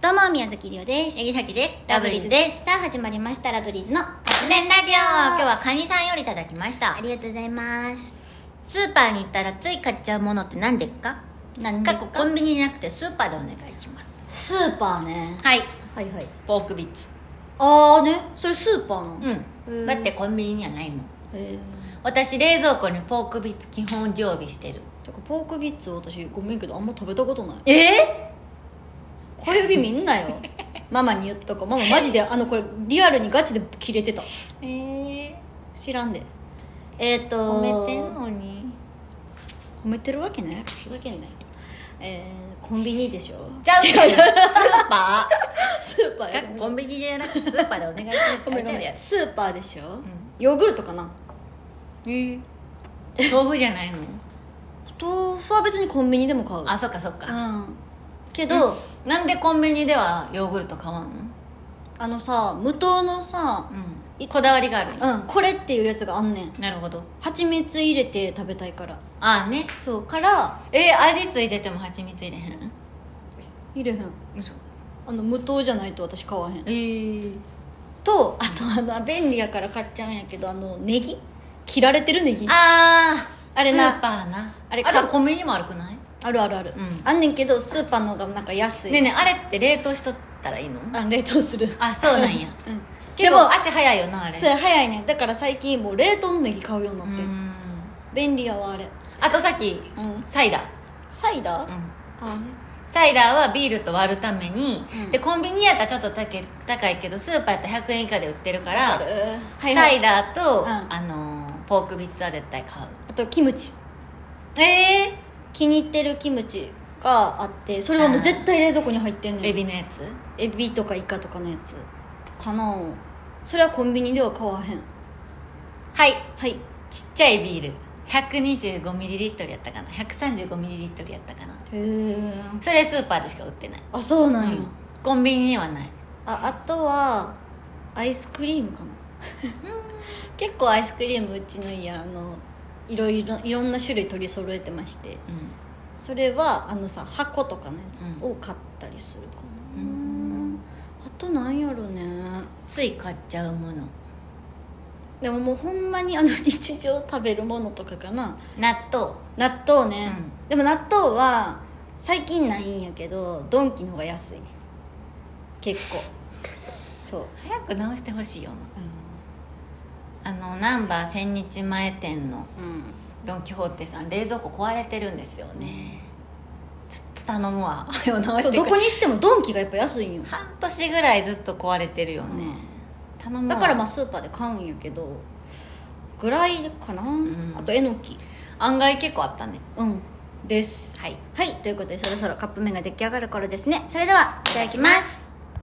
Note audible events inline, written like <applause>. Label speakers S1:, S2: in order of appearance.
S1: どうも宮崎りおです
S2: 柳崎です
S1: ラブリーズですさあ始まりましたラブリーズのカップ麺ラジオ
S2: 今日はカニさんよりいただきました
S1: ありがとうございます
S2: スーパーに行ったらつい買っちゃうものって何でっか
S1: 何
S2: かっこコンビニじゃなくてスーパーでお願いします
S1: スーパーね
S2: はい
S1: はいはい
S2: ポークビッツ
S1: ああねそれスーパーの
S2: う
S1: へー
S2: んだってコンビニにはないもん
S1: え
S2: 私冷蔵庫にポークビッツ基本常備してる
S1: だからポークビッツ私ごめんけどあんま食べたことない
S2: ええ
S1: 小指見んな <laughs> よママに言っとこうマママジであのこれリアルにガチで切れてた
S2: ええ
S1: 知らんでえっ、ー、と
S2: 褒めてんのに
S1: 褒めてるわけないやろふざけんなよえー、コンビニでしょ
S2: じゃあスーパ
S1: スーパ
S2: ー <laughs>
S1: ー
S2: かっこコンビニじゃなくてスーパーでお願いしますって
S1: ご
S2: 書
S1: め
S2: い
S1: ん
S2: て
S1: ご
S2: ある
S1: め
S2: や
S1: ん
S2: つ
S1: スーパーでしょ、ヨーグルトかな
S2: ええ豆腐じゃないの
S1: 豆腐は別にコンビニでも買う
S2: あそっかそっか
S1: うんけど、
S2: なんでコンビニではヨーグルト買わんの
S1: あのさ無糖のさ
S2: うんこだわりがあるんや
S1: うんこれっていうやつがあんねん
S2: なるほど
S1: 蜂蜜入れて食べたいから
S2: ああね
S1: そうから
S2: え味ついてても蜂蜜入れへん
S1: 入れへん
S2: 嘘
S1: あの無糖じゃないと私買わへん
S2: ええ
S1: とあとあの便利やから買っちゃうんやけどあのネギ切られてるネギあ
S2: ああ
S1: あれな
S2: スーパーな
S1: あれ
S2: でもコンビニにも悪くないね
S1: るあるある、
S2: うん
S1: あんねんけどスーパーの方がなんか安い
S2: えねえあれって冷凍しとったらいいの
S1: あ冷凍する
S2: あそうなんや
S1: うん
S2: け
S1: で
S2: ど
S1: も
S2: 足早いよなあれ
S1: それ早いねんだから最近もう冷凍のネギ買うようにな
S2: う
S1: って、
S2: ん
S1: 便利やわあれ
S2: あとさっき
S1: うん
S2: サイダー
S1: サイダー、あ
S2: うん
S1: あね
S2: サイダーはビールと割るために、
S1: うん
S2: でコンビニやったらちょっと高い高いけどスーパーやったら100円以下で売ってるか
S1: あ
S2: ら
S1: るはいは
S2: サ
S1: い
S2: イダーと、
S1: うん
S2: あのーポークビッツは絶対買う
S1: あとキムチ
S2: ええ
S1: 気に入ってるキムチがあってそれはもう絶対冷蔵庫に入ってんねん
S2: エビのやつ
S1: エビとかイカとかのやつかなそれはコンビニでは買わへん
S2: はい
S1: はい
S2: ちっちゃいビール 125ml やったかな 135ml やったかな
S1: へえ
S2: それスーパーでしか売ってない、
S1: あそうなんや、
S2: うんコンビニにはない
S1: ああとはアイスクリームかな <laughs> 結構アイスクリームうちの家あのいろいろいろんな種類取り揃えてまして
S2: う
S1: それはあのさ箱とかのやつ
S2: うん
S1: を買ったりするかな、
S2: う
S1: あとなんやろね
S2: つい買っちゃうもの
S1: でももうほんまにあの <laughs> 日常食べるものとかかな
S2: 納豆
S1: 納豆ね、
S2: う
S1: でも納豆は最近ないんやけどドンキの方が安いね結構そう、
S2: 早く直してほしいよなあのナンバー千日前店の
S1: うん、
S2: ドン・キホーテさん冷蔵庫壊れてるんですよねちょっと頼むわ <laughs> 早く
S1: そ
S2: 直し
S1: う
S2: て
S1: ど
S2: く
S1: こ
S2: れ
S1: にしてもドンキがやっぱ安いんよ
S2: 半年ぐらいずっと壊れてるよね、頼むわ
S1: だからまあスーパーで買うんやけどぐらいかな、
S2: ん
S1: あとえのき
S2: 案外結構あったね
S1: うんです
S2: はい
S1: はいということでそろそろカップ麺が出来上がる頃ですねそれではいただきます